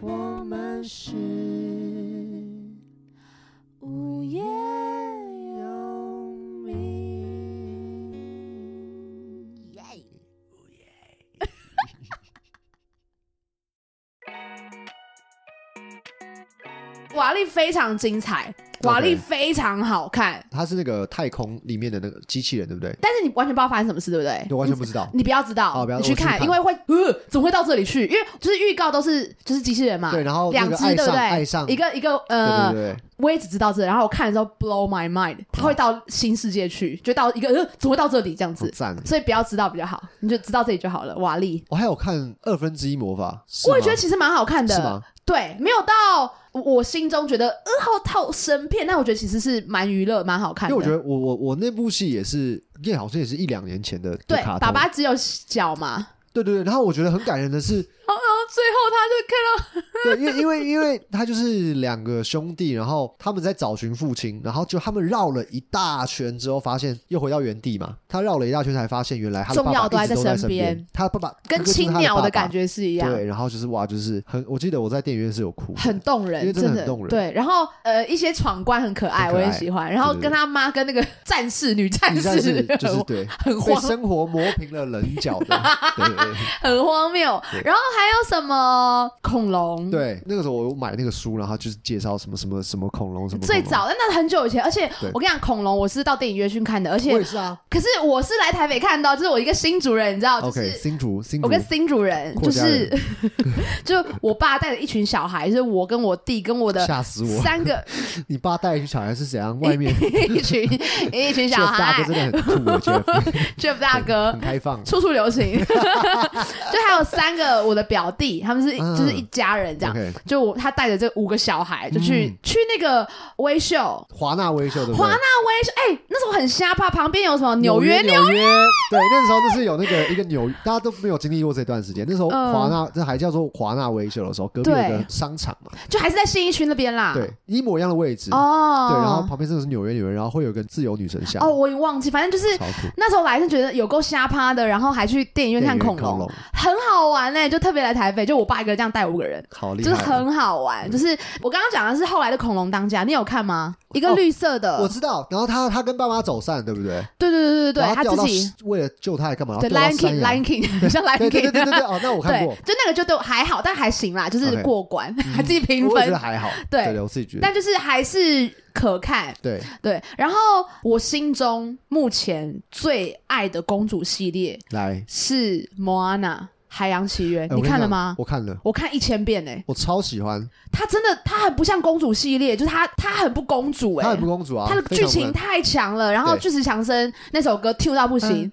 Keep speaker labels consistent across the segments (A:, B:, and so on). A: 我们是无业游民。耶！瓦力非常精彩，瓦力
B: OK
A: 非常好看，
B: 他是那个太空里面的那个机器人，对不对？
A: 但是你完全不知道发生什么事，对不对？
B: 我完全不知道。
A: 你不要知道，
B: 哦不要
A: 你去
B: 我去看
A: 因为会呃，怎么会到这里去？因为就是预告都是就是机器人嘛，
B: 对，然后那
A: 两
B: 个
A: 只
B: 爱
A: 对不
B: 上爱
A: 对？
B: 上
A: 一个一个呃，
B: 对啊对对，
A: 我也只知道这，然后我看的时候 blow my mind，它会到新世界去，就到一个呃，怎么会到这里这样
B: 好
A: 子？
B: 赞！
A: 所以不要知道比较好，你就知道这里就好了。瓦力，
B: 我还有看二分之一魔法，是
A: 我也觉得
B: 吗
A: 其实蛮好看
B: 是
A: 的
B: 吗，？
A: 对，没有到我我心中觉得呃好套神片，但我觉得其实是蛮娱乐、蛮好看
B: 因为
A: 的。
B: 我觉得我我我那部戏也是，也好像也是一两年前的的
A: 对
B: 卡，
A: 爸
B: 通，
A: 爸只有脚嘛，
B: 对对对。然后我觉得很感人的是，
A: 最后他
B: 对，
A: 就看到
B: 因为因为因为他就是两个兄弟，然后他们在找寻父亲，然后就他们绕了一大圈之后，发现又回到原地嘛。他绕了一大圈才发现，原来他的爸
A: 重要
B: 爸
A: 都还
B: 一直
A: 在
B: 都在
A: 身
B: 身
A: 边
B: 边。他爸爸
A: 跟青鸟的感
B: 觉
A: 觉是一
B: 一
A: 样，
B: 对，然后就是哇，就是很，我记得我在电影院是有哭的，
A: 很动
B: 因
A: 人，
B: 为真的很动人
A: 对，然后呃，一些闯关很可爱，
B: 很可
A: 我
B: 爱
A: 也喜欢。然后
B: 对对
A: 跟他妈跟那个战士女战
B: 你算是
A: 士
B: 就是对
A: 很
B: 被
A: 荒
B: 生活磨平了棱角 的，对对对
A: 很荒谬
B: 对。
A: 然后还有什么恐龙？。
B: 对。那个时候我买那个书，然后就是介绍什么什么什么恐龙什么恐龙
A: 最早，但那很久以前，而且
B: 对
A: 我跟你讲，恐龙我是到电影院去看的，而
B: 我
A: 且
B: 也是啊。
A: 可是我是来台北看到，就是我一个新主人，你知道，哦就
B: OK，
A: 是
B: 新竹新
A: 我
B: 竹
A: 跟新主人，
B: 扩
A: 就
B: 家
A: 是 就我爸带着一群小孩，就是我跟我弟跟我的
B: 吓死我！
A: 三个
B: 你爸带小孩是怎样？外面
A: 一群一 群 小
B: Jeff 大
A: 孩
B: 哥真的很酷，我觉 得
A: ，Jeff 大哥
B: 很，开放。
A: 处处留情， 就还有三个我的表弟，他们是一、
B: 嗯
A: 就是一家人这样。
B: OK，
A: 就我他带着这五个小孩，就去、
B: 嗯
A: 去那个微秀，
B: 华纳微秀对不对？
A: 华纳微秀，哎、那时候很瞎怕，旁边有什么纽约
B: 纽约，对，那时候就是有那个一个纽，大家都没有经历过这段时间。那时候
A: 嗯
B: 华纳这还叫做华纳微秀的时候，隔壁有
A: 对
B: 个商场嘛，
A: 就还是在信义区那边啦。
B: 对，一模一样的位置，
A: 啊哦，
B: 对，然后旁边真的是纽约，纽约，然后会有个自由女神像，
A: 哦，我已经忘记，反正就是
B: 超酷。
A: 那时候来是觉得有够瞎趴的，然后还去电影院看
B: 电影
A: 恐
B: 院
A: 龙，，很好玩哎、就特别来台北，就我爸一个人这样带五个人。
B: 好厉
A: 就是
B: 害！嗯
A: 很好玩，就是我刚刚讲的是后来的恐龙当家，你有看吗？一个
B: 哦
A: 绿色的，
B: 我知道，然后他他跟爸妈走散，对不对？
A: 对对对对对，
B: 然后
A: 他
B: 掉
A: 自
B: 到
A: 己
B: 为了救他还干嘛？然后
A: 对
B: 掉到
A: Lion
B: 山
A: King
B: 崖
A: Lion King 很像 Lion
B: 对对
A: King，
B: 对对 对，哦，那我看
A: 对
B: 过，
A: 就那个就都还好，但还行啦，就是
B: OK
A: 过关， 还自己评
B: 我也觉得
A: 分，
B: 还好，
A: 对
B: 对，我自己觉得
A: 但，就是还是可看。
B: 对，
A: 对，然后我心中目前最爱的公主系列
B: 来，
A: 是《莫安娜海洋奇缘》，
B: 哎我
A: 你
B: 跟
A: 看了
B: 讲
A: 吗？
B: 我看了，
A: 我看一千遍呢、欸，
B: 我超喜欢。
A: 它真的，它很不像公主系列，就是它，它很不公主哎、
B: 她
A: 欸
B: 很不，公主啊，
A: 它的
B: 非
A: 剧
B: 常不
A: 情
B: 能
A: 太强了，然后
B: 对嗯
A: 巨石强森那首歌 tune 到不行，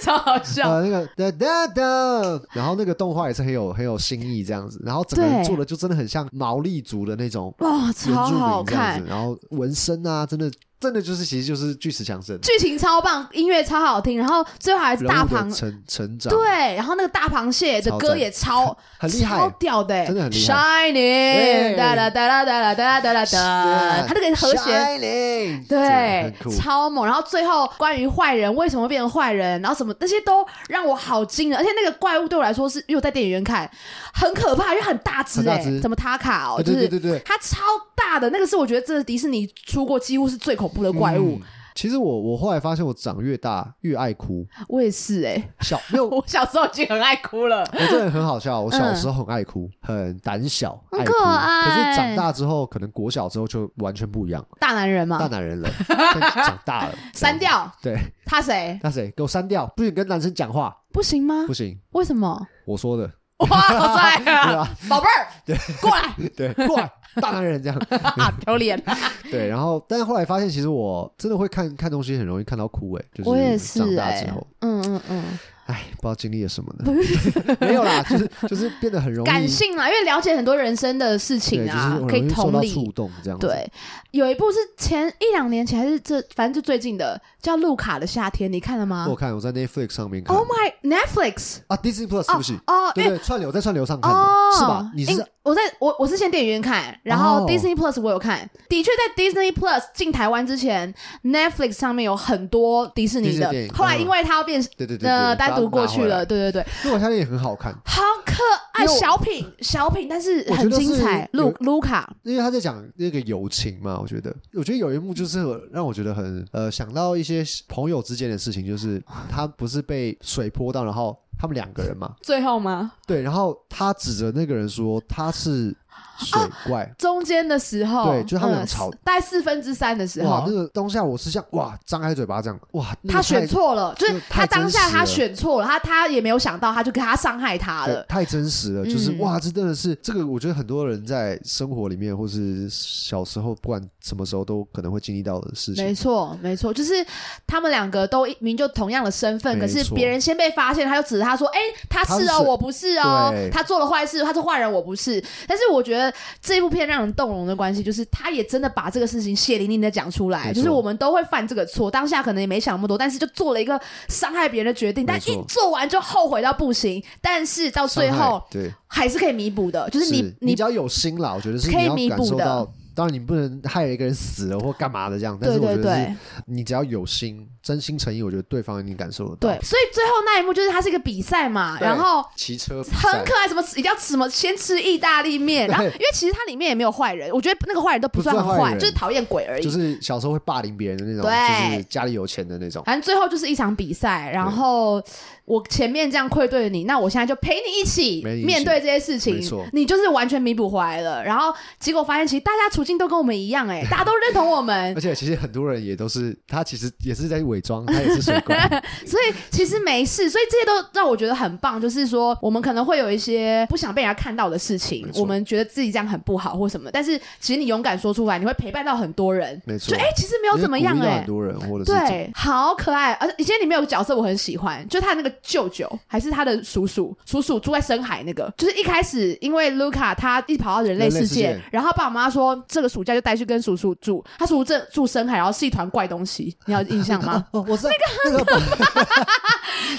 A: 超好笑。
B: 呃那个哒哒哒，然后那个动画也是很有很有新意这样子，然后整个人
A: 对
B: 做的就真的很像毛利族的那种
A: 哇、
B: 原
A: 超
B: 住
A: 好
B: 民这样
A: 看
B: 子，！然后纹身啊，真的真的就是其实就是巨石强森
A: 剧情超棒，音乐超好听，然后最后还是
B: 人
A: 大
B: 物的
A: 螃，
B: 成成长，
A: 对，然后那个大螃蟹的
B: 超
A: 歌
B: 赞
A: 也超
B: 很厉
A: 超
B: 害。
A: 屌的、欸，
B: 真的很厉害
A: Shining，
B: 对
A: 哒啦哒啦哒啦哒啦哒啦哒，
B: Yeah，
A: 他那个和弦。
B: Shining，真的
A: 对
B: 很酷，。
A: 超猛！然后最后关于坏人为什么变成坏人，然后什么那些都让我好惊人，而且那个怪物对我来说是，因为我在电影院看，很可怕，因为很大只
B: 很
A: 哎、
B: 大只
A: 怎么塔卡哦、
B: 啊
A: 就
B: 对对
A: 是
B: 对对，
A: 它超大的，那个是我觉得这是迪士尼出过几乎是最恐怖的怪物。
B: 嗯。其实我我后来发现，我长越大越爱哭。
A: 我也是哎、
B: 小没 有，我
A: 我小时候已经很爱哭了。
B: 这个人很好笑。我小时候很爱哭，很胆小，
A: 嗯很
B: 爱哭
A: 可爱
B: 可是长大之后，可能国小之后就完全不一样，
A: 大男人
B: 大
A: 嘛，
B: 男 人了，长大了，
A: 啊删掉
B: 对，
A: 他谁？
B: 那谁给我删掉？不许跟男生讲话，
A: 不行吗
B: 不？行，
A: 为什么？
B: 我说的，
A: 哇，好 帅
B: 对
A: 啊
B: 啊！
A: 宝贝儿，过来，
B: 对，过来，大男人这样，
A: 啊丢脸！
B: 对。然后，但是后来发现，其实我真的会看看东西，很容易看到哭，哎，就
A: 我也是
B: 长大
A: 哎
B: 之后，
A: 嗯嗯嗯，
B: 哎，不知道经历了什么呢？没有啦，就是就是变得很容易
A: 感性啊，因为了解很多人生的事情
B: 对，就是
A: 啊
B: 很，
A: 可以
B: 容易受
A: 同
B: 到
A: 理
B: 触。动这样子。
A: 对，有一部是前一两年前还是这，反正就最近的，叫《路卡的夏天》，你看了吗
B: 我看我在 Netflix 上面看
A: ？Oh my Netflix
B: 啊，Disney Plus 是
A: 哦
B: 不是？
A: 哦，因
B: 对对，
A: 为
B: 串流在串流上看的
A: 哦，
B: 是吧？你
A: 应
B: 是
A: 我在我我是先电影院看，然后
B: 哦
A: Disney Plus 我有看，的确在 Disney Plus 进台湾之前，Netflix 上面有很多迪士尼
B: 迪士
A: 的
B: 尼电影，嗯
A: 后来因为它要变
B: 对对对
A: 呃
B: 对，
A: 单独过去了，
B: 把它拿回来。
A: 对对对，
B: 因为我相信也很好看，
A: 好可爱，
B: 因为我
A: 小品小品，但是
B: 我觉
A: 很
B: 得是
A: 精彩。
B: 有
A: 卢卢卡
B: 因为他在讲那个友情嘛，我觉得，我觉得有一幕就是很让我觉得很呃想到一些朋友之间的事情，就是他不是被水泼到，然后他们两个人嘛，
A: 最后吗？
B: 对，然后他指着那个人说他是水怪，
A: 中间的时候，
B: 对就他们俩
A: 嗯
B: 吵
A: 大概四分之三的时
B: 哇
A: 候，
B: 那，个当下我是这样哇张开嘴巴这样哇，那个
A: 哦他选
B: 太
A: 错了，就是
B: 那个太
A: 他
B: 真
A: 当下
B: 实
A: 他
B: 了
A: 选错了，他他也没有想到，他就给他伤害他
B: 对
A: 了。
B: 太真实了，就是、
A: 嗯
B: 哇，这真的是这个，我觉得很多人在生活里面，或是小时候，不管什么时候都可能会经历到的事
A: 没
B: 情。
A: 错，没错，就是他们两个都一明就同样的身份，可
B: 没
A: 是
B: 错
A: 别人先被发现，他就指着他说：“哎、他
B: 他
A: 是
B: 是
A: 哦，
B: 谁
A: 我不是哦，
B: 对
A: 他做了坏事，他是坏人，我不是。”但是我觉得这部片让人动容的关系，就是他也真的把这个事情血淋淋的讲出来，
B: 没
A: 就是
B: 错
A: 我们都会犯这个错，当下可能也没想那么多，但是就做了一个伤害别人的决定，
B: 没
A: 但一
B: 错
A: 做完就后悔到不行，但是到最
B: 伤害
A: 后
B: 对，
A: 还是可以弥补的，就是是你
B: 你
A: 你
B: 只要有心啦，我觉得是
A: 可以
B: 你要
A: 弥
B: 感
A: 补
B: 受
A: 的
B: 到。当然，你不能害一个人死了或干嘛的这样，但
A: 对
B: 是我觉
A: 对
B: 得
A: 对
B: 是。你只要有心、真心诚意，我觉得对方一定感受得到。
A: 对，，所以最后那一幕就是它是一个比赛嘛，
B: 对
A: 然后
B: 骑车比赛
A: 很可爱，什么一定要吃什么，先吃意大利面，
B: 对
A: 然后因为其实它里面也没有坏人，我觉得那个坏人都不算很
B: 不算坏
A: 坏，
B: 人
A: 就是讨厌鬼而已。
B: 就是小时候会霸凌别人的那种，
A: 对
B: 就是家里有钱的那种。
A: 反正最后就是一场比赛，然后我前面这样愧对你，那我现在就陪你一起
B: 陪你一起
A: 面对这些事情
B: 没错，
A: 你就是完全弥补回来了。然后结果发现，其实大家处境都跟我们一 样、哎，大家都认同我们
B: 而，且其实很多人也都是，他其实也是在伪装，他也是水怪。
A: 所以其实没事，所以这些都让我觉得很棒。就是说，我们可能会有一些不想被人家看到的事情
B: 没，错
A: 我们觉得自己这样很不好或什么，但是其实你勇敢说出来，你会陪伴到很多人。
B: 没错，
A: 就 哎、其实没有怎么样
B: 你会鼓励到
A: 哎、
B: 很多人或者是怎
A: 对，好可爱，而且以前里面有个角色我很喜欢，就他那个舅舅还是他的叔叔，叔叔住在深海那个，就是一开始因为卢卡他一跑到人类世界，
B: 人类世界？
A: 然后爸爸妈妈说这个暑假就带去跟叔叔住，他叔叔正住深海，然后是一团怪东西，你还有印象吗
B: 哦，我知道那个很可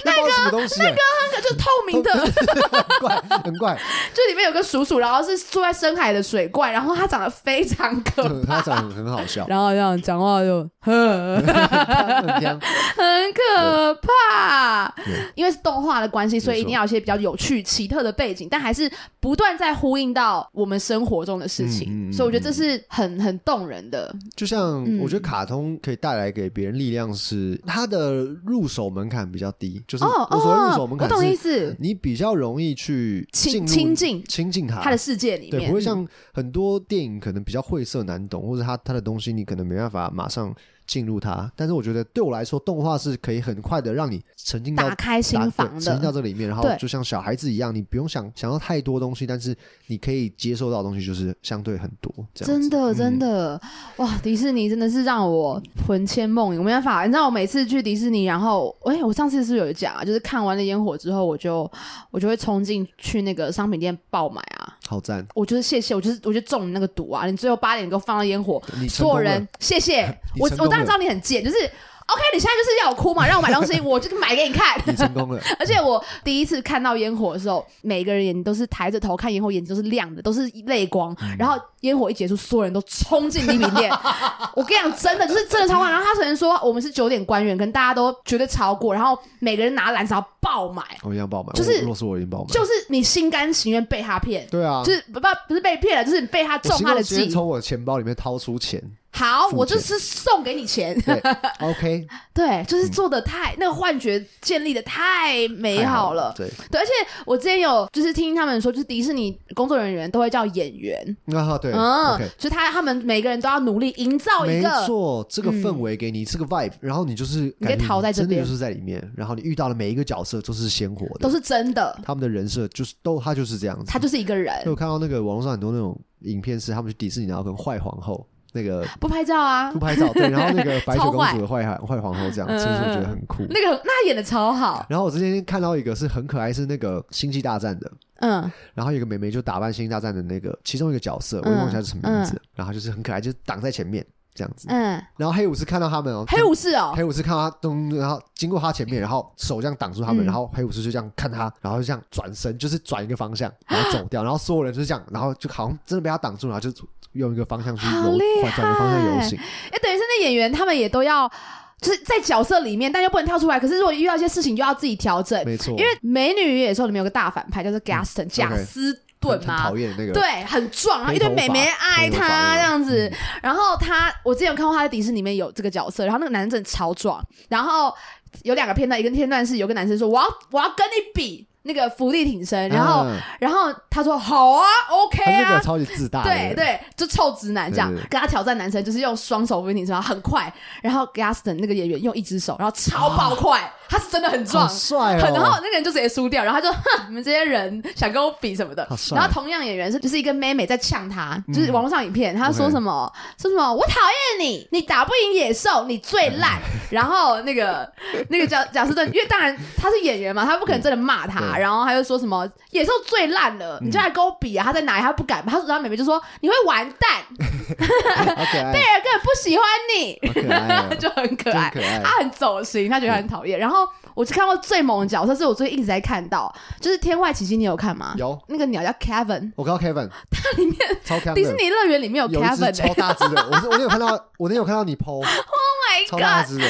B: 那个什么东西欸，
A: 那个就是透明的，
B: 很怪，很 怪，
A: 就里面有个叔叔，然后是住在深海的水怪，然后他长得非常 可
B: 嗯他长得很好 笑，
A: 然后这样讲话就，呵，
B: 很香
A: 很可怕
B: 对，
A: 因为是动画的关系，所以一定要有一些比较有趣、奇特的背景，但还是不断在呼应到我们生活中的事情，
B: 嗯嗯嗯
A: 所以我觉得这是很很动人的。
B: 就像
A: 嗯
B: 我觉得卡通可以带来给别人力量是，它的入手门槛比较低，就是
A: 哦
B: 我所谓入
A: 哦
B: 手门，
A: 我
B: 槛
A: 懂意
B: 是，
A: 思，
B: 你比较容易去进
A: 亲
B: 入
A: 亲近
B: 亲近它，
A: 他的世界里
B: 对，
A: 面，嗯
B: 不会像很多电影可能比较晦涩难懂，或者它它的东西你可能没办法马上进入它。但是我觉得对我来说，动画是可以很快的让你沉浸到
A: 打开心
B: 打
A: 房
B: 对沉浸到
A: 的。
B: 这里面，然后
A: 对
B: 就像小孩子一样，你不用想想到太多东西，但是你可以接受到的东西就是相对很多，这样
A: 真
B: 子。
A: 的，
B: 嗯
A: 真的，哇！迪士尼真的是让我魂牵梦萦，我没办法。你知道，我每次去迪士尼，然后，哎、我上次是不是有讲啊？就是看完了烟火之后，我就我就会冲进去那个商品店爆买啊。
B: 好赞，
A: 我就是谢谢，我就是我就中你那个毒啊！你最后八点给我放到烟火，
B: 你成
A: 所有
B: 功了
A: 人谢谢
B: 你
A: 我，
B: 成
A: 我
B: 功
A: 当
B: 了
A: 然知道你很贱，就是 OK，你现在就是要我哭嘛，让我买东西，我就买给你看。
B: 你成功了，
A: 而且我第一次看到烟火的时候，每个人眼睛都是抬着头看烟火，眼睛都是亮的，都是泪光。
B: 嗯
A: 然后烟火一结束，所有人都冲进礼品 店。我跟你讲，真的就是真的超快。然后他曾经说我们是九点官员，跟大家都绝对超过，然后每个人拿篮子要爆买，
B: 我一样爆满。
A: 就是
B: 我若是我一定爆满。
A: 就是你心甘情愿被他骗。
B: 对啊，
A: 就是不不不是被骗了，就是你被他中
B: 我习
A: 他
B: 惯
A: 的
B: 直接
A: 计。
B: 从我钱包里面掏出钱。
A: 好，
B: 付钱
A: 我就是送给你钱。
B: 对，OK，
A: 对，就是做的太、那个幻觉建立的太
B: 嗯
A: 美
B: 太
A: 哎好
B: 好
A: 了。
B: 对，
A: 对，而且我之前有就是听他们说，就是迪士尼工作人员都会叫演员，
B: 啊对
A: 嗯
B: ，OK，，
A: 就是他他们每个人都要努力营造一
B: 没
A: 个，嗯
B: 错，这个氛围给你这个 vibe，然后你就是
A: 你
B: 感
A: 就
B: 觉
A: 陶在这
B: 真的
A: 边
B: 就是在里面，然后你遇到的每一个角色都是鲜活
A: 都
B: 的，
A: 是真的，
B: 他们的人设就是都他就是这样子
A: 他。就是一个
B: 我有
A: 人，
B: 看到那个网络上很多那种影片，是他们去迪士尼，然后跟坏皇后那 个
A: 不拍照啊
B: 不，拍照，对，然后那个白雪
A: 超
B: 公
A: 坏
B: 主的坏孩坏皇后这样，
A: 嗯
B: 其实我觉得很酷。
A: 那个那演的超好，
B: 然后我之前看到一个是很可爱，是那个《星际大战》的，
A: 嗯，
B: 然后有一个嗯妹妹就打扮《星际大战》的那个其中一个角色，我也忘记她是什么名字，然后就是很可爱，就是挡在前面，这样子。
A: 嗯，
B: 然后黑武士看到他们哦，
A: 黑武士哦，
B: 黑武士看到他咚，然后经过他前面，然后手这样挡住他们，
A: 嗯
B: 然后黑武士就这样看他，然后就这样转身，就是转一个方向，然后走掉，然后所有人就是这样，然后就好像真的被他挡住，然后就用一个方向去
A: 好
B: 游
A: 厉，
B: 转转一个方向游行。
A: 哎，等于是那演员他们也都要，就是在角色里面，但又不能跳出来。可是如果遇到一些事情，就要自己调整。
B: 没错，
A: 因为《美女与野兽》里面有个大反派叫做 Gaston 贾斯
B: 很
A: 顿
B: 很
A: 嘛
B: 讨，厌的那个，
A: 对，很壮，然后一堆
B: 黑头
A: 美眉
B: 发
A: 爱
B: 黑头发那
A: 他
B: 个
A: 这样子
B: 嗯。
A: 然后他，我之前有看过他在迪士尼里面有这个角色，然后那个男生真的超壮。然后有两个片段，一个片段是有个男生说：“我要我要跟你比那个浮力挺身。”然后、
B: 啊
A: 然后他说：“好啊，OK
B: 他是
A: 啊
B: 个。”超级自大的
A: 对
B: 人，
A: 对，就臭直男这样
B: 对对对
A: 跟他挑战男生，就是用双手扶挺身，然后很快，然后 Gaston 那个演员用一只手，然后超爆
B: 啊
A: 快，他是真的很
B: 好
A: 壮，
B: 帅
A: 很然后
B: 哦，
A: 那个人就直接输掉，然后他就哼，你们这些人想跟我比什么的
B: 好。帅
A: 然后同样演员是就是一个妹妹在呛他，
B: 嗯
A: 就是网络上影片，他说
B: OK
A: 什么说什么我讨厌你，你打不赢野兽，你最 烂。然后那个那个贾贾斯顿，因为当然他是演员嘛，他不可能真的骂他，
B: 对嗯
A: 然后他就说什么野兽最烂了，你就来跟我比啊，他在哪里？他不敢，他说然后妹妹就说你会完蛋，啊
B: 好可爱，
A: 贝尔根本不喜欢你，
B: 好可爱哦，
A: 就很可
B: 真
A: 爱。
B: 可爱，
A: 他很走心，他觉得他很讨
B: 嗯
A: 厌。然后我就看过最猛的角色，是我最近一直在看到，就是《天外奇迹》，你有看吗？
B: 有。
A: 那个鸟叫 Kevin，
B: 我看到 Kevin，他里面超 Kevin，
A: 迪士尼乐园里面有
B: 有一
A: Kevin
B: 只
A: 的、欸 Oh
B: 超大只的，我是我那有看到，我那有看到你 PO，
A: ，My
B: 超嗯大
A: God，
B: 只 的，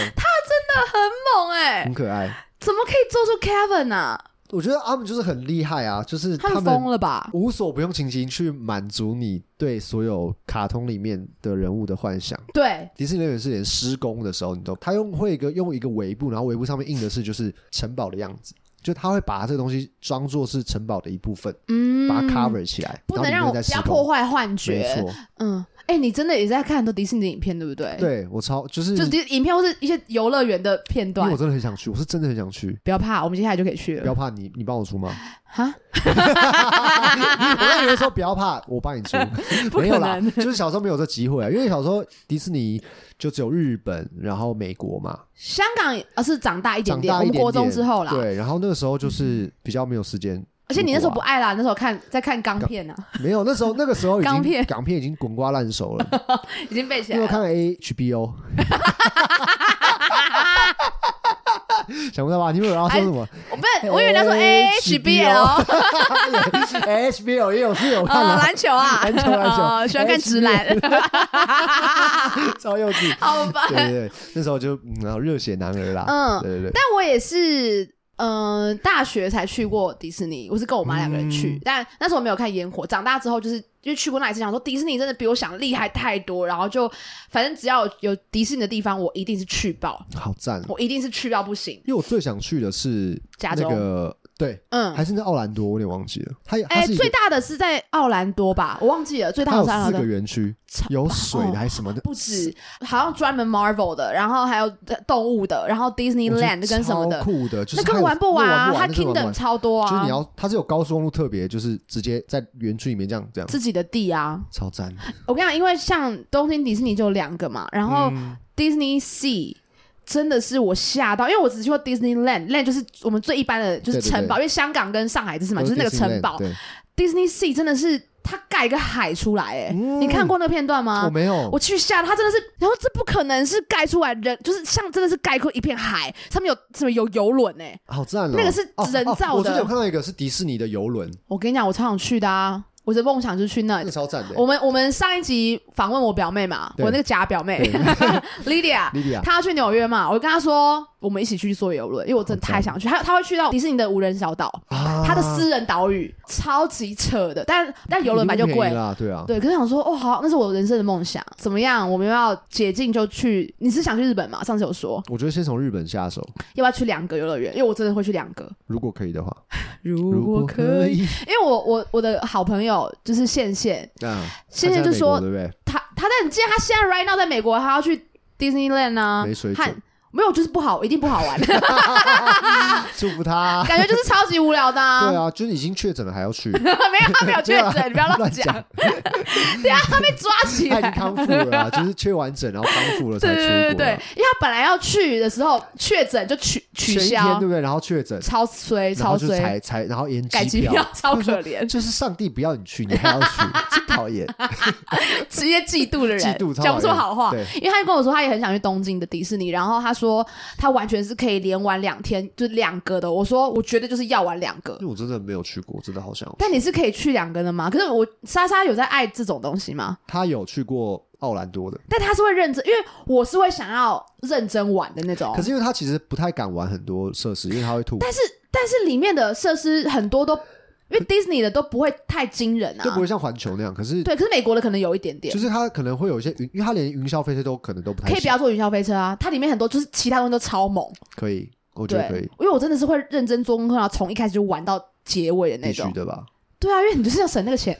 A: 猛哎、
B: 很可爱。
A: 怎么可以做出 Kevin 啊？
B: 我觉得他们就是很厉害啊，就是
A: 他们疯
B: 们
A: 了吧？
B: 无所不用其极去满足你对所有卡通里面的人物的幻想。
A: 对，
B: 迪士尼乐园是连施工的时候，你都他用会一个用一个围布，然后围布上面印的是就是城堡的样子，就他会把这个东西装作是城堡的一部分，
A: 嗯，
B: 把它 cover 起来，
A: 不
B: 然后
A: 能
B: 里
A: 让
B: 面
A: 我
B: 在
A: 不
B: 施
A: 要破
B: 工。
A: 坏幻
B: 没
A: 觉。
B: 错，
A: 嗯，哎、你真的也在看很多迪士尼影片，对不对？，
B: 对我超就是，
A: 哎就是
B: 因
A: 迪影片或是一些游乐园的片
B: 为
A: 段
B: 我。真的很想去，我是真的很想去。
A: 不要怕，我们接下来就可以去
B: 不要
A: 了。
B: 怕，你你帮我出 吗？
A: 哈，
B: 我刚以为说不要怕，我帮你出，
A: 不
B: 没有
A: 可
B: 啦，
A: 能，
B: 就是小时候没有这机会啊，因为小时候迪士尼就只有日本，然后美国嘛，
A: 香港而是长大一点
B: 长
A: 点，
B: 大一点
A: 我们
B: 点
A: 国中之后啦。嗯
B: 对，然后那个时候就是比较没有时间出国啊，
A: 而且你那时候不爱啦，那时候看在看钢片啊，
B: 没有，那时候那个时候已经
A: 港片
B: 港片已经滚瓜烂熟了，
A: 已经背起
B: 因
A: 来
B: 为我
A: 了。
B: 看了 HBO。想不到吧？你们有要说什 么
A: 我不是，哎我以为人家说
B: 哎 HBO
A: HBL
B: ？HBO 也有是有看
A: 呃
B: 了，
A: 哦篮球啊，
B: 嗯篮球篮球哎
A: 哦喜欢看直男，
B: 哦 超幼稚。
A: 好吧。
B: 对对对，那时候就嗯然后热血男儿啦。
A: 嗯
B: 对对对。
A: 但我也是。嗯，大学才去过迪士尼，我是跟我妈两个人去，
B: 嗯
A: 但那时候没有看烟火。长大之后，就是因为去过那一次，想说迪士尼真的比我想的厉害太多，然后就反正只要有有迪士尼的地方，我一定是去爆，
B: 好赞哦！
A: 我一定是去到不行。
B: 因为我最想去的是
A: 加
B: 那
A: 州
B: 个对，
A: 嗯，
B: 还是那奥兰多，我有点忘记了。它
A: 哎、
B: 它是一个
A: 最大的是在奥兰多吧，我忘记了，最大
B: 它
A: 的啊是奥
B: 有
A: 兰
B: 四
A: 多
B: 个。园区，有水
A: 哦
B: 的还是什么的，
A: 不止，好像专门 Marvel 的，然后还有呃动物的，然后
B: 我觉
A: Disneyland
B: 得
A: 跟什
B: 超
A: 么的，
B: 酷的，就是
A: 那根
B: 它
A: 本
B: 有
A: 玩不完啊！
B: 那玩
A: 它
B: 不完那根本玩
A: Kingdom
B: 不
A: 超多
B: 完就是
A: 啊
B: 你，要，它是有高速公路，特别就是直接在园区里面这样这样，
A: 自己的地啊。
B: 超赞。
A: 我跟你讲，因为像东京迪士尼就有两个嘛，然后
B: 嗯
A: Disney Sea。真的是我吓到，因为我只去过 Disneyland，land 就是我们最一般的，就是
B: 对对
A: 城堡，因为香港跟上海就是嘛，
B: 都
A: 就是是那
B: 呃
A: 个
B: Disneyland，
A: 城堡。
B: 对，
A: Disney Sea 真的是它盖一个海出来，哎，
B: 嗯
A: 你看过那个片段吗？
B: 我没有
A: 啊我，去吓他，真的是，然后这不可能是盖出来人，就是像真的是盖过一片海，上面有什么有游轮哎、
B: 好赞哦！
A: 那个是
B: 哦
A: 人
B: 哦
A: 造
B: 我之
A: 的
B: 前有看到一个是迪士尼的游轮，
A: 我跟你讲，我超想去的啊，我的梦想就是去那
B: 那个
A: 里。
B: 超赞的。
A: 我们我们上一集访问我表妹嘛，
B: 对
A: 我那个假表妹 Lydia，
B: 莉莉亚，
A: 她要去纽约嘛，我跟她说我们一起去坐游轮，因为我真的
B: 好
A: 太想去。还有她会去到迪士尼的无人小岛，
B: 哦啊
A: 她的私人岛屿，超级扯的，但但游轮本来就
B: 一定便
A: 贵
B: 宜，啦，对啊，
A: 对，可是想说，哦，好，那是我人生的梦想，怎么样？我们要解禁就去。你是想去日本吗？上次有说
B: 我觉得先从日本下手，
A: 要不要去两个游乐园，因为我真的会去两个。
B: 如果可以的话，
A: 如
B: 如果可，以，
A: 因为我我我的好朋友就是线线，
B: 啊，
A: 线线就
B: 他现在在美国
A: 说
B: 对不对？
A: 他他在你记得他现在 right now 在美国，他要去 Disneyland 啊
B: 没，水
A: 他
B: 准，
A: 没有就是不好，一定不好 玩，
B: 祝福他。
A: 感觉就是超级无聊的、啊。
B: 对啊，就是已经确诊了还要去，
A: 没有 他没有确诊，你不要乱
B: 乱
A: 讲，
B: 讲，
A: 对啊，他被抓起
B: 他已经
A: 来。
B: 康复了 啊，就是确完整然后康复了才
A: 对
B: 出
A: 对
B: 国啊
A: 对对，对，因为他本来要去的时候确诊就取
B: 前
A: 取
B: 一天
A: 消
B: 对，不对？然后确诊，
A: 超衰
B: 然后
A: 超
B: 就
A: 衰，
B: 才才然后延
A: 改机
B: 票
A: 票，超可怜。
B: 就是上帝不要你去，你还要去，这讨厌，
A: 职业嫉妒的 人
B: 嫉妒，超讨厌
A: 讲不出好话。
B: 对
A: 因为他就跟我说，他也很想去东京的迪士尼，然后他说他完全是可以连玩两天，就两个的。我说我觉得就是要玩两个
B: 因，为我真的没有去过，真的好想。
A: 但你是可以去两个的吗？可是我莎莎有在爱这种东西吗？
B: 他有去过奥兰多的，
A: 但他是会认真，因为我是会想要认真玩的那种。
B: 可是因为他其实不太敢玩很多设施，因为他会吐，
A: 但是但是里面的设施很多都，因为 Disney 的都不会太惊人
B: 就
A: 啊
B: 不，会像环球那样。可是
A: 对，可是美国的可能有一点点
B: 就。是他可能会有一些云，因为他连云霄飞车都可能都不太
A: 可以不
B: 行
A: 要坐云霄飞车啊，它里面很多就是其他东西都超猛，
B: 可以，我觉
A: 对
B: 得可以，，
A: 因为我真的是会认真做功课，然后从一开始就玩到结尾的那
B: 必须
A: 种。
B: 的吧？
A: 对啊，因为你就是要省那个钱，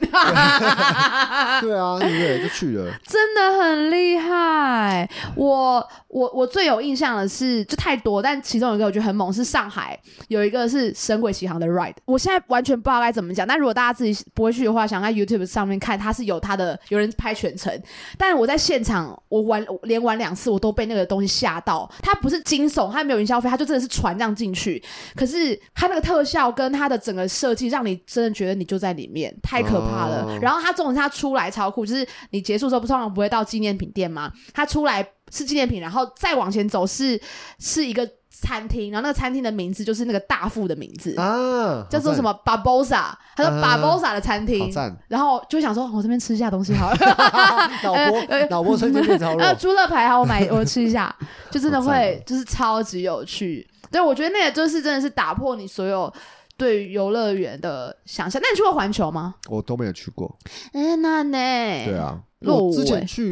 B: 对啊，对不对？就去 了，
A: 真的很厉害。我我我最有印象的是，就太多，但其中有一个我觉得很猛是上海有一个是《神鬼奇航》的 ride，我现在完全不知道该怎么讲。但如果大家自己不会去的话，想在 YouTube 上面看，它是有它的有人拍全程。但我在现场，我玩我连玩两次，我都被那个东西吓到。它不是惊悚，它没有云霄飞，它就真的是船这样进去。可是它那个特效跟它的整个设计，让你真的觉得你就在里面，太可怕了。
B: 哦
A: 然后它重点是它出来超酷，就是你结束之后不通常不会到纪念品店吗？它出来是纪念品，然后再往前走是是一个餐厅，然后那个餐厅的名字就是那个大副的名字，
B: 啊，
A: 叫做什
B: 么？
A: 么 Barbosa，他说
B: 嗯
A: Barbosa 的餐
B: 好
A: 厅。
B: 赞！
A: 然后就会想说，我这边吃一下东西 好了，
B: 脑波脑波瞬间变超
A: 呃，
B: 弱，
A: 猪肋排好，我买我吃一下，就真的
B: 好赞
A: 会
B: 哦
A: 就是超级有趣。对，我觉得那个就是真的是打破你所有对于游乐园的想象。那你去过环球吗？
B: 我都没有去过。
A: 哎，那呢？
B: 对，啊，
A: 落
B: 我之
A: 尾
B: 前 去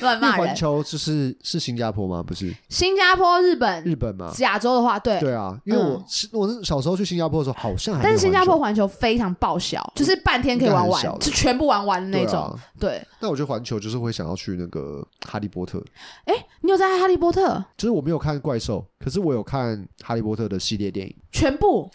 A: 乱骂
B: 环
A: 人。
B: 球就是是新加坡吗？不是
A: 新加坡、日本、
B: 日本吗？
A: 亚洲的话，对。
B: 对啊，因为
A: 嗯
B: 我是我是小时候去新加坡的时候，好像还
A: 但
B: 没
A: 是
B: 有
A: 新加
B: 环球
A: 坡环球非常爆小，就是半天可以玩
B: 应该很小
A: 完，
B: 的
A: 是全部玩完的那
B: 对
A: 种。
B: 啊
A: 对，
B: 那我觉得环球就是会想要去那个哈利波特，
A: 你有在《哈利波特》
B: 就是我没有看怪兽，可是我有看哈利波特的系列电影。
A: 全部？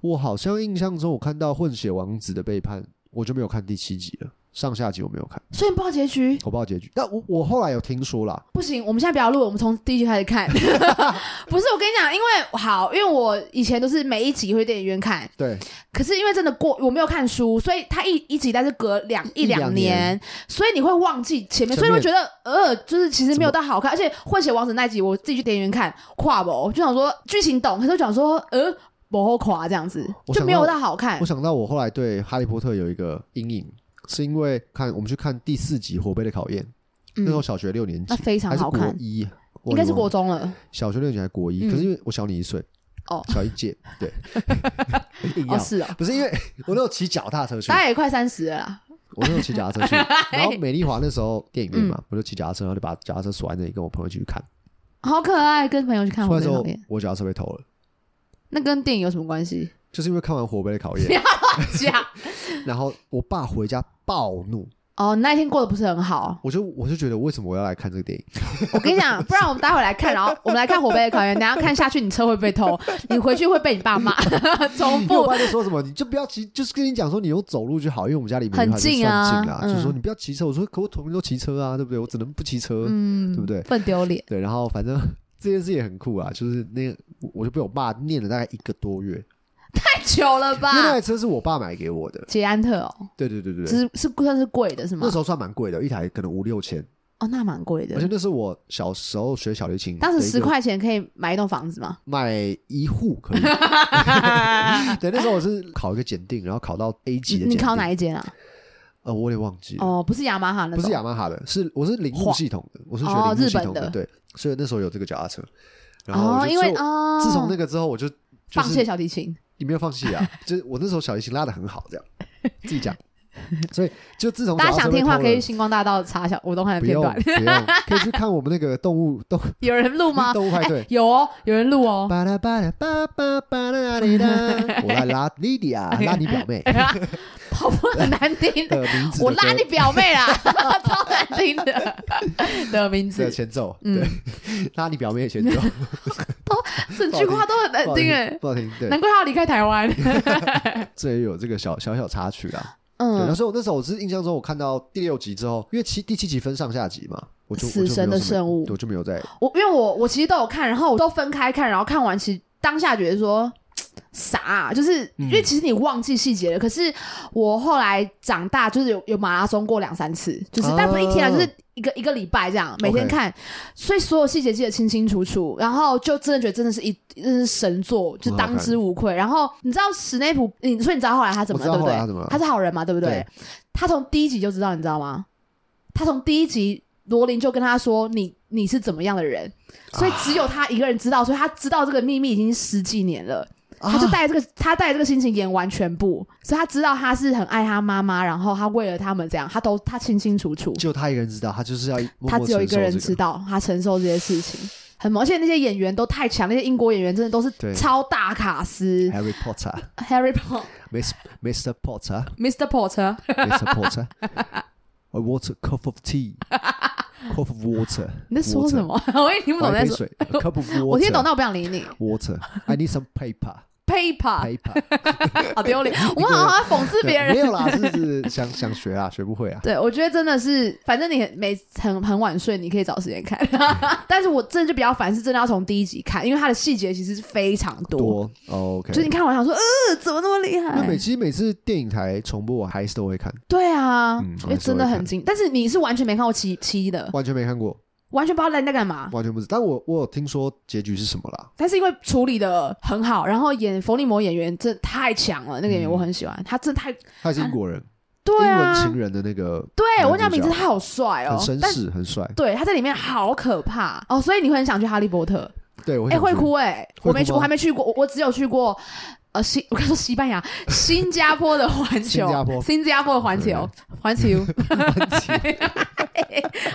B: 我好像印象中我看到混血王子的背叛，我就没有看第七集了，上下集我没有看，
A: 所以你不知道结局？
B: 我不知道结局。但我我后来有听说啦，
A: 不行，我们现在不要录，我们从第一集开始看。 不是，我跟你讲，因为好，因为我以前都是每一集会电影院看，
B: 对，
A: 可是因为真的过，我没有看书，所以它一一集但是隔两一两
B: 两
A: 年
B: 年，
A: 所以你会忘记前面，
B: 前
A: 所以
B: 面
A: 会觉得呃，就是其实没有到好看，而且《混血王子》那集我自己去电影院看，跨博就想说剧情懂，可是我想说呃。不后垮这样子
B: 我
A: 就
B: 想
A: 没有
B: 到
A: 到好看
B: 我，想到我后来对哈利波特有一个阴影，是因为看我们去看第四集《火杯的考验》，那时候
A: 嗯，
B: 小学六年级
A: 那，非常
B: 还是
A: 好
B: 国
A: 看，
B: 一，啊我
A: 应该是
B: 有点
A: 国
B: 忘记
A: 中了。
B: 小学六年级还国一，
A: 嗯
B: 可是因为我小你一岁，
A: 哦，
B: 小一届， 对，硬
A: 哦，
B: 要。
A: 是哎哦，
B: 不是因为 我那时候骑脚踏车去
A: 大，概也快三十了啦。
B: 我那时候骑脚踏车 去，
A: 哎
B: 然后美丽华那时候电影院
A: 嗯
B: 嘛，我就骑脚踏车，然后就把脚踏车锁在那里，跟我朋友一起去看。
A: 好可爱，跟朋友去看
B: 出
A: 我
B: 来
A: 的
B: 之
A: 照
B: 后
A: 片，，
B: 我脚踏车被偷了，
A: 那跟电影有什么 关系？
B: 就是因为看完《火杯的考
A: 不
B: 验
A: 要》，假
B: 然后我爸回家暴怒，
A: 哦，你那一天过得不是很好。
B: 我就我就觉得为什么我要来看这个 电影？
A: 我跟你讲，不然我们待会来看，然后我们来看火杯的考验，等一下看下去你车会被偷，你回去会被你爸骂， 重
B: 因为我
A: 复。
B: 爸就说什么，你就不要骑，就是跟你讲说你用走路就好，因为我们家里面
A: 很
B: 算
A: 近
B: 近
A: 啊
B: 啦，就
A: 嗯
B: 说你不要骑车。我说可我同学都骑车啊，对不对？我只能不骑车，
A: 嗯，
B: 对不对
A: 更丢脸。
B: 对，然后反正 这件事也很酷啊，就是那个我我就被我爸念了大概一个多月，
A: 太久了吧
B: 因为？那台车是我爸买给我的，
A: 捷安特哦，
B: 对对对对
A: 只
B: 对，
A: 是是算是贵的是吗
B: 那时？候算蛮贵的，一台可能五六千，
A: 哦，那蛮贵
B: 而且
A: 的。
B: 那是我小时候学小提琴，
A: 当时十块钱可以买一栋房子吗？
B: 买一户可 以，对，那时候我是考一个检定，然后考到 A 级
A: 你
B: 的
A: 你
B: 检
A: 考
B: 定
A: 哪一间啊？
B: 呃，我有点忘记了。
A: 哦，不是雅马哈那
B: 不是雅
A: 种。
B: 马哈的，是我是铃木系统的，我是学
A: 哦
B: 铃木
A: 日
B: 系
A: 本
B: 统
A: 的
B: 对，所以那时候有这个脚踏车，然后我
A: 哦，
B: 就
A: 因为
B: 所以我
A: 哦，
B: 自从那个之后，我就就
A: 放
B: 是
A: 弃小提琴，
B: 你没有放 弃啊，就是我那时候小提琴拉的很好，这样自己讲。所以就自从
A: 大
B: 脚
A: 家
B: 踏车
A: 想
B: 被
A: 听的话
B: 偷
A: 可以去
B: 了
A: 星光大道查小武东汉的
B: 不
A: 片
B: 用
A: 段
B: 不。用，可以去看我们那个动物动
A: 有人录吗？
B: 动物派对
A: 哎。有哦，有人录 哦。
B: 巴拉巴拉巴巴巴拉里 啦，我来拉莉迪亚，拉你表妹
A: 跑步很难听
B: 的
A: 的，
B: 名字的歌，
A: 哎我拉你表妹啦， 超难听的的 名
B: 的
A: 字，
B: 前奏，
A: 嗯
B: 对， 拉你表妹的前 奏，
A: 整句话都很难
B: 不好
A: 听
B: 听
A: 哎，，
B: 不好听，对
A: 难，怪他要离开台湾。
B: 这也有这个小小小插曲啦。对，然后
A: 嗯，
B: 所以我那时候我是印象中，我看到第六集之后，因为七第七集分上下集嘛，我就
A: 死神的圣物
B: 我就没有我就没有在
A: 我因为我我其实都有看，然后我都分开看，然后看完其实当下觉得说。嘖傻啊、就是
B: 嗯
A: 因为其实你忘记细节了。可是我后来长大，就是有有马拉松过两三次，就是、
B: 哦
A: 但不是一天啊，就是一个一个礼拜这样，每天看所以所有细节记得清清楚楚。然后就真的觉得真的是一真的是神作，就当之无愧。然后你知道史内普，你所以你知道后来他怎么了，
B: 我知
A: 对
B: 道
A: 不
B: 后
A: 对
B: 来他怎么了？
A: 他是好人嘛，对不对
B: 对？
A: 他从第一集就知道，你知道吗？他从第一集，罗琳就跟他说：“你你是怎么样的人？”
B: 啊
A: 所以只有他一个人知道，所以他知道这个秘密已经十几年了。
B: 啊
A: 他就带这个，他带这个心情演完全部，所以他知道他是很爱他妈妈，然后他为了他们这样，他都他清清楚楚，
B: 就他一个人知道，他就是要默默
A: 他只有一个人
B: 承受
A: 知
B: 这个。
A: 道，他承受这些事情很猛，而且那些演员都太强，那些英国演员真的都是
B: 对
A: 超大卡 司
B: Harry Potter，Mr.
A: ，Harry Potter、
B: Mr. Potter，Mr.
A: Mr. Potter，
B: Potter。I want a cup of tea，cup of water。
A: 你在说什？么？ 我也听不懂
B: 我
A: 你在
B: 一杯
A: 说。
B: 水，a cup of water。
A: 我听懂，但我不想理你。
B: water。I need some paper。
A: paper
B: paper。
A: 好丢脸，我们好像在讽刺啊别
B: 对没
A: 人。
B: 有啦，是是想想学啊，学不会啊。
A: 对，我觉得真的是，反正你很每很很晚睡，你可以找时间看。 但是我真的就比较烦，是真的要从第一集看，因为它的细节其实是非常多。
B: 多哦 OK。
A: 就是你看完想说，呃， 怎么那么厉
B: 那每
A: 害？
B: 其实每次电影台重播，我还是都会看，
A: 对啊
B: 嗯，
A: 因为真的很精。但是你是完全没看过七七的，
B: 完全没看过，
A: 完全不知道在在干嘛。
B: 完全不知。但我我有听说结局是什么啦，
A: 但是因为处理的很好，然后演伏地魔演员真的太强了，那个演员我很喜欢，他真的太
B: 他是英国人，
A: 啊对
B: 嗯英文
A: 啊
B: 情，人的那个
A: 对我
B: 男
A: 讲
B: 主
A: 名字
B: 角
A: 他好帅哦
B: 很，绅
A: 但
B: 士，很帅。
A: 对，他在里面好可怕哦，所以你会很想去哈利波特？
B: 对，我
A: 哎、
B: 想
A: 会
B: 去。
A: 哭哎、
B: 哭
A: 我没去，
B: 吗
A: 我还没去过，我我只有去过呃西，我刚说西班牙，新加坡的环球，
B: 新加坡
A: 新加坡的环球，环球，
B: 很急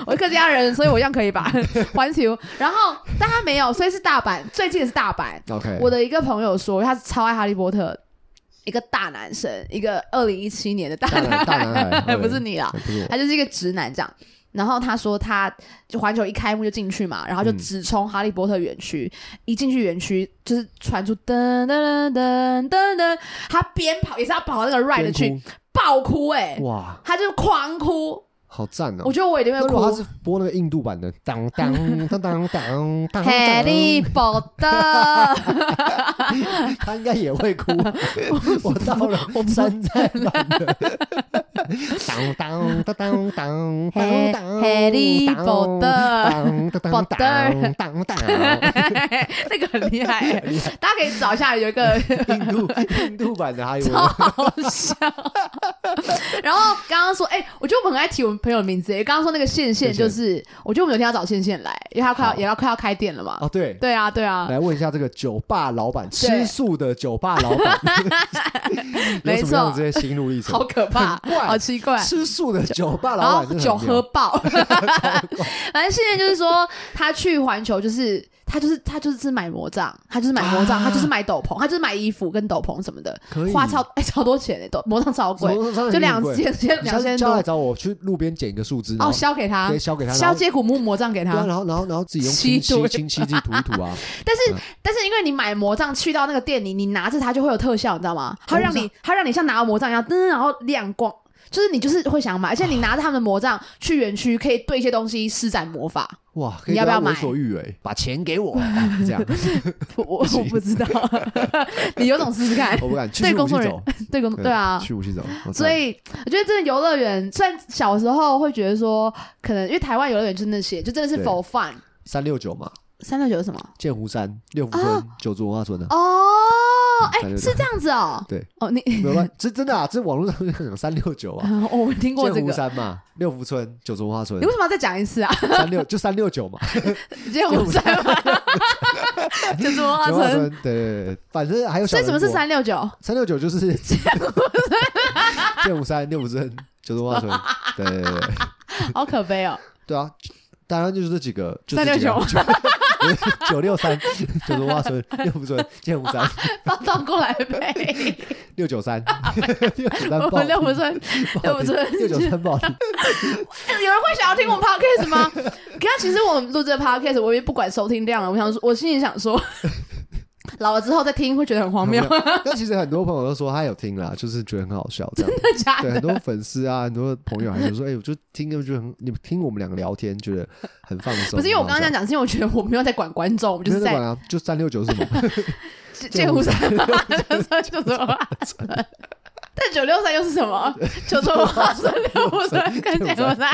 A: 我是客家人，所以我一样可 以吧，环球。然后但他没有，所以是大阪，最近也是大阪。
B: OK，
A: 我的一个朋友说，他超爱哈利波特，一个大男生，一个二零一七年的大
B: 大男大男孩
A: 不是你啦，
B: 哎不是我
A: 他就是一个直男这样。然后他说，他就环球一开幕就进去嘛，然
B: 嗯
A: 后就直冲哈利波特园区。一进去园区，就是传出噔噔噔噔噔噔，他边跑也是要跑到那个 ride
B: 边
A: 去，
B: 哭
A: 爆哭哎、
B: 哇，
A: 他就狂哭。
B: 好赞哦
A: 我！觉得我一定会
B: 那如果他
A: 哭。
B: 是播那个印度版的，当当当当当当，
A: 哈利波特，
B: 他应该也会哭。我到了山寨版的，当当当当当当
A: 嘿
B: 当，
A: 嘿利宝的
B: 当当
A: 宝
B: 当
A: 的
B: 当当当，
A: 那个很厉害、欸，大家可以找一下，有 一个
B: 印度印度版的哈利波
A: 超
B: 特，
A: 好笑。然后刚刚说，哎、我觉得我们很爱提我们朋友的名字，欸因为刚刚说那个线线就是，我觉得我们有天要找线线来，因为他快要
B: 好
A: 也要快要开店了嘛。
B: 哦对。
A: 对啊，对啊，
B: 来问一下这个酒吧老板，
A: 对
B: 吃素的酒吧老板，有
A: 没
B: 什
A: 错
B: 么样的这些心路历程
A: 好？可怕，
B: 很怪
A: 好奇怪。
B: 吃素的酒吧
A: 然
B: 老
A: 后
B: 板真的
A: 酒
B: 很
A: 喝
B: 妙
A: 爆， 反正现在就是说，他去环球就是他就是他就是买魔杖，他就是买魔杖，
B: 啊
A: 他就是买斗篷，他就是买衣服跟斗篷什么的，
B: 可以
A: 花超哎、超多钱的、斗魔杖超贵，就两
B: 千，
A: 千千
B: 你
A: 两
B: 下次
A: 千
B: 叫
A: 多
B: 来找我去路边捡一个树枝，然后
A: 哦，销给他
B: 对，，削给他，然
A: 削
B: 后
A: 接骨木魔杖给
B: 对
A: 他
B: 啊，，然后然后然后自己用
A: 吸
B: 清
A: 毒
B: 漆清漆剂涂一涂 啊，
A: 但是、但是因为你买魔杖去到那个店里，你拿着它就会有特效，你知道吗？它会让你它会让你像拿到魔杖一样，噔，然后亮光。就是你就是会想买，而且你拿着他们的魔杖去园区，可以对一些东西施展魔 法。
B: 哇，
A: 你要不
B: 可以
A: 要
B: 让我
A: 买
B: 为所欲为，把钱给我， 这样
A: 我我我不 知道，你有种试试看。
B: 我不敢去
A: 对
B: 去
A: 工
B: 武器
A: 作人
B: 走，
A: 对公对啊，
B: 去武器走，我
A: 所以我觉得真的游乐园，虽然小时候会觉得说，可能因为台湾游乐园就是那些，就真的是
B: 对
A: for fun。
B: 三六九嘛，
A: 三六九是什么？
B: 剑湖山、六福村、九族文化村的，
A: 哦，哎、
B: 369
A: 是这样子哦。
B: 对，
A: 哦，你
B: 没有乱，这真的啊，这网络上面讲三六九啊。
A: 哦我 听过这
B: 剑湖
A: 个。
B: 山嘛，六福村、九族文化村
A: 你为，什么要再讲一次啊？
B: 三六就三六九 嘛，
A: 剑湖山 吗？就竹花
B: 九华
A: 村。
B: 村，对对对，反正还有小
A: 所以什么
B: 人
A: 是
B: 国
A: 三六九？
B: 三六九就是 剑湖山、六福村、九州花村，对对对对
A: 好可悲 哦！
B: 对啊，当然就是这几个，就
A: 三
B: 这
A: 六
B: 几个
A: 九
B: 九六三、九州花村、六福村、剑湖山、
A: 报道过来呗。
B: 六九三、六九三
A: 我
B: 报
A: 们六福村，六福村
B: 六九三报地，
A: 有人会想要听我们 podcast 吗？ 可是其实我们录这个 podcast，我也不管收听量了。我想说，我心里想说，老了之后再听会觉得很荒谬，
B: 但其实很多朋友都说他有听啦，就是觉得很好笑 这样。
A: 真的假
B: 对，很
A: 的？
B: 多粉丝啊，很多朋友还是说，哎、我就听，就觉得很，你们听我们两个聊天，觉得很放松。
A: 不是因为我刚刚这样
B: 讲，
A: 讲，是因为我觉得我没有在管观众，我们就
B: 没
A: 是
B: 有在
A: 在
B: 管啊，就三六九是 什么？
A: 这这五三八，九州话。但九六三又是 什么？九州话是六五三跟九六三，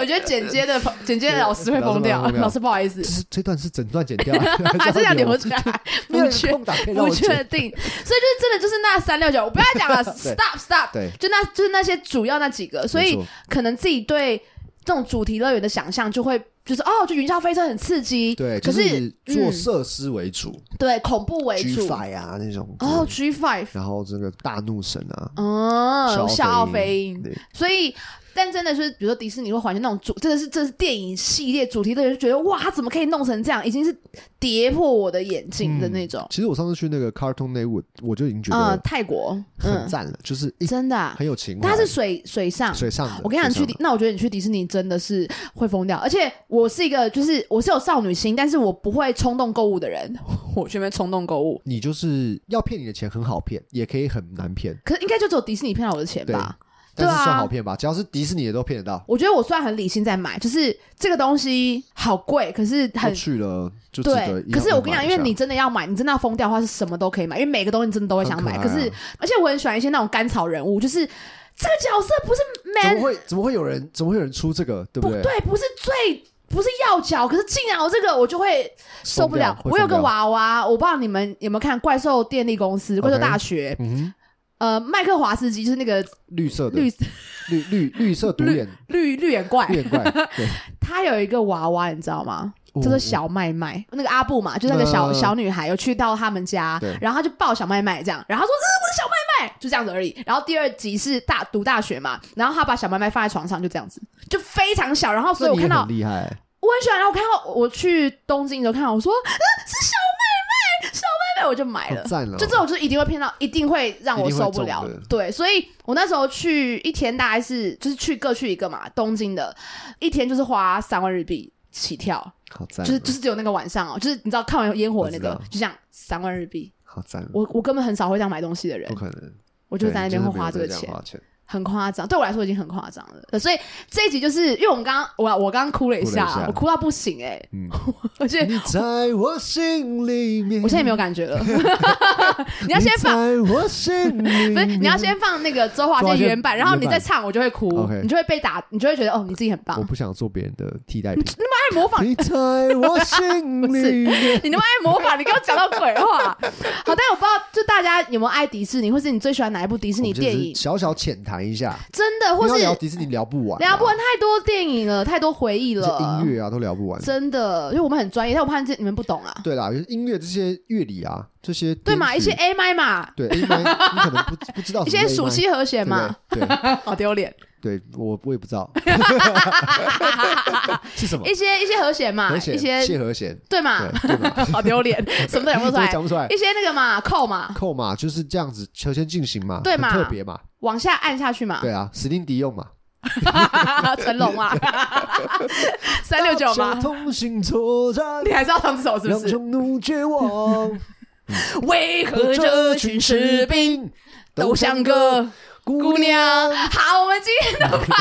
A: 我觉得剪接的剪接的老师会疯掉
B: 老师会疯，掉
A: 老师不好意思
B: 就，是这段是整段剪 掉，
A: 还是要留
B: 我
A: 起来，
B: 没有
A: 不
B: 人
A: 确
B: 空档可以让
A: 不
B: 我
A: 确
B: 剪。
A: 定。所以就是真的就是那三六九，我不要 再讲了，stop stop，
B: 对，
A: 就那就是那些主要那几个， 所
B: 没
A: 以
B: 错
A: 可能自己对这种主题乐园的想象就会就是哦，就云霄飞车很刺激，
B: 对，
A: 可
B: 就是是做
A: 嗯
B: 设施为主
A: 对恐怖为
B: ，G
A: 主
B: Five 啊那种
A: 哦
B: 对
A: ，G Five。
B: 然后这个大怒神啊，
A: 哦，
B: 笑
A: 笑傲
B: 傲
A: 飞
B: 飞
A: 鹰。
B: 对
A: 所以，但真的是，比如说迪士尼会还原那种主，真的是这是电影系列主题乐园，就觉得哇，他怎么可以弄成这样，已经是跌破我的眼镜的那种。
B: 嗯其实我上次去那个 Cartoon Network，我就已经觉
A: 嗯、
B: 得
A: 泰国，
B: 很
A: 嗯，
B: 赞了，就是一
A: 真的、啊，
B: 很有情怀。
A: 它是水水上。
B: 水上的，
A: 我跟你讲，你去
B: 水上
A: 迪
B: 的，
A: 那我觉得你去迪士尼真的是会疯掉。而且我是一个，就是我是有少女心，但是我不会冲动购物的人， 我绝没冲动购物。
B: 你就是要骗你的钱很好骗，也可以很难骗，
A: 可是应该就只有迪士尼骗到我的钱吧？对
B: 但是算
A: 啊
B: 好骗吧，只要是迪士尼的都骗得到。
A: 我觉得我虽然很理性在买，就是这个东西好贵，可是
B: 都
A: 很
B: 去了就值得
A: 对。
B: 一定要买一下。
A: 可是我跟你讲，因为你真的要买，你真的要疯掉的话，是什么都可以买，因为每个东西你真的都会想买。
B: 很
A: 可
B: 可爱啊
A: 是，而且我很喜欢一些那种甘草人物，就是这个角色不是
B: 怎么
A: man，
B: 会怎么会有人怎么会有人出这个，对
A: 不
B: 对？
A: 对，不是最。不是要角，可是竟然有这个，我就会受不了
B: 疯。掉
A: 我有个，
B: 会
A: 娃娃，我不知道你们有没有看《怪兽电力公司》《怪兽
B: OK
A: 大学》
B: 疯掉嗯哼，
A: 呃，麦克华斯基就是那个
B: 绿色的
A: 绿
B: 绿绿绿色独眼
A: 绿哎绿眼怪
B: 绿，眼怪， 对，
A: 他有一个娃娃，你知道吗？
B: 哦
A: 就是小麦麦，那个阿布嘛，就是那个小、
B: 嗯
A: 小女孩，有去到他们家
B: 对，
A: 然后她就抱小麦麦这样，然后她说呃这是我的小麦麦，就这样子而已。然后第二集是大读大学嘛，然后她把小麦麦放在床上，就这样子，就非常小。然后所以
B: 那
A: 我
B: 你也
A: 看到
B: 很厉害，
A: 我很喜欢，然后我看到我去东京的时候看到，我说、嗯、是小麦麦，小麦麦，我就买
B: 好
A: 了。
B: 赞了，
A: 哎
B: 哦
A: 就这种就是一定会骗到，一定会让我受不了
B: 一定会中的。
A: 对，所以我那时候去一天大概是就是去各去一个嘛，东京的一天就是花三万日币起跳，
B: 好赞
A: 就
B: 了，
A: 是就是只有那个晚上哦、就是你知道嗯看完烟火的那个
B: 我知道，
A: 就这样三万日币。
B: 好赞了，
A: 我我根本很少会这样买东西的人
B: 不，可能，
A: 我
B: 我
A: 就在那边会花这个钱，
B: 花钱，
A: 很夸张。对我来说已经很夸张了。呃所以这一集就是因为我们刚刚我我刚刚哭了一下，
B: 哭了一下
A: 我哭到不行哎、
B: 嗯，
A: 而且
B: 你在我心里面，
A: 我现在没有感觉 了。你要先放
B: 在我心里，
A: 不是，你要。先放那个周华健原版，
B: 周华健
A: 然后你再唱，我就会哭
B: OK，
A: 你就会被打，你就会觉得哦，你自己很棒
B: 我。不想做别人的替 代品。
A: 爱模仿，
B: 你在我心
A: 不是
B: 里面，
A: 你那么爱模仿，你给我讲到鬼话。好，但我不知道，就大家有没有爱迪士尼，或是你最喜欢哪一部迪士尼
B: 我们只
A: 电
B: 是
A: 影？
B: 小小浅谈一下，
A: 真的，或
B: 因为
A: 是
B: 要聊迪士尼聊不完啊，
A: 聊不完太多电影了，太多回忆
B: 这
A: 了
B: 音，乐啊都聊不完。
A: 真的，因为我们很专业，但我怕你们不懂啊。
B: 对啦，就是音乐这些乐理啊，这些
A: 对嘛，
B: 编
A: 一
B: 曲
A: 些 A 麦嘛，
B: 对 A 麦，你可能不不知道 什么
A: 一些
B: A
A: 暑
B: 麦
A: 期和弦嘛，，
B: 对不对
A: 好丢脸。
B: 对，对我我也不知道 是什么
A: 一些一些和弦嘛，
B: 和
A: 一
B: 弦，
A: 些
B: 谢和弦，
A: 对嘛，
B: 对对吧？
A: 好丢 脸，什么都讲不出
B: 我
A: 来。
B: 讲不出来，
A: 一些那个嘛，扣嘛，
B: 扣嘛就是这样子，球先进行嘛，
A: 对
B: 很
A: 嘛
B: 特别嘛，
A: 往下按下去嘛，
B: 对啊，史丁迪用嘛，
A: 成龙嘛， 三六九
B: 大
A: 嘛
B: 家，同行作 战
A: 你，还是要唱这首 是不
B: 让
A: 是？
B: 匈奴绝 望，
A: 为何这群士兵都像个
B: 姑
A: 姑
B: 娘。
A: 娘？好，我们今天都快，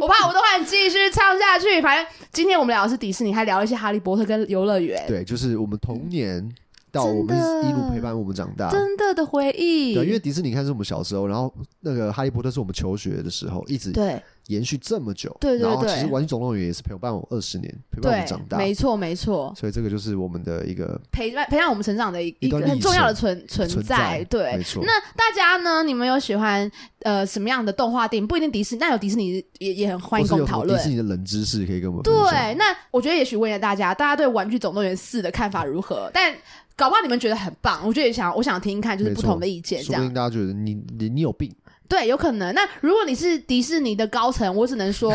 A: 我怕我都快继续唱下去。反正今天我们聊的是迪士尼，还聊了一些哈利波特跟游乐园，
B: 对，就是我们童年到
A: 真
B: 我们
A: 的
B: 一路陪伴我们长大，
A: 真的的回忆。
B: 啊对，因为迪士尼看是我们小时候，然后那个哈利波特是我们求学的时候一直
A: 对
B: 延续这么久，
A: 对对
B: 然后
A: 对
B: 其实《玩具总动员》也是陪伴我二十年，陪伴我
A: 对
B: 们长，大，
A: 没错没错，
B: 所以这个就是我们的一个
A: 陪伴陪伴我们成长的一
B: 一
A: 一个
B: 段
A: 很
B: 历
A: 重要的
B: 程
A: 存存
B: 存
A: 在。对
B: 没，错。
A: 那大家呢？你们有喜欢呃什么样的动画电影？不一定迪士尼，但有迪士尼也也很欢迎
B: 或是
A: 跟我
B: 有
A: 们
B: 什
A: 讨
B: 么
A: 论
B: 迪。士尼啊的冷知识可以跟我们分享
A: 对，那我觉得也许问一下大家，大家对《玩具总动员四》的看法如何？但搞不好你们觉得很棒，我觉得也想我想听听看，就是
B: 没
A: 不
B: 错
A: 同的意见这
B: 说不定
A: 样。
B: 大家觉得你你你有病，
A: 对，有可能。那如果你是迪士尼的高层，我只能说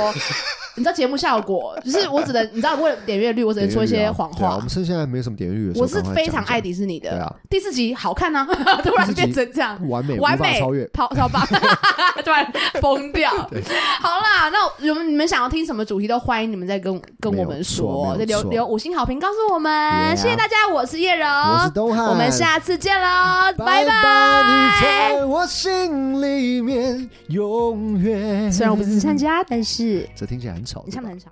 A: 你知道节目效果，就是我只能你知道为了点阅率，我只能说一些谎
B: 对啊
A: 话
B: 我们。现在没什么点阅率的时候，
A: 我是
B: 赶快
A: 非常
B: 讲
A: 爱
B: 一
A: 迪士尼的，
B: 对啊
A: 第四集好看呢、啊， 突然
B: 第四集
A: 变成这样
B: 下，，完美，
A: 完
B: 无法
A: 美
B: 超越。
A: 超超棒， 突然疯掉。
B: 对
A: 好啦，那我们你们想要听什么主题都欢迎你们再跟跟我们说，
B: 没有错
A: 再
B: 没有
A: 留
B: 错
A: 留五星好评告诉我们。
B: Yeah
A: 谢谢大家，我是叶柔，
B: 我是东汉，
A: 我们下次见喽，
B: 拜。
A: 拜
B: 你
A: 拜。
B: 在我心里面永远。
A: 虽然我不是参加，但是
B: 这听起来很吵，
A: 你
B: 对
A: 唱
B: 吧
A: 的很少。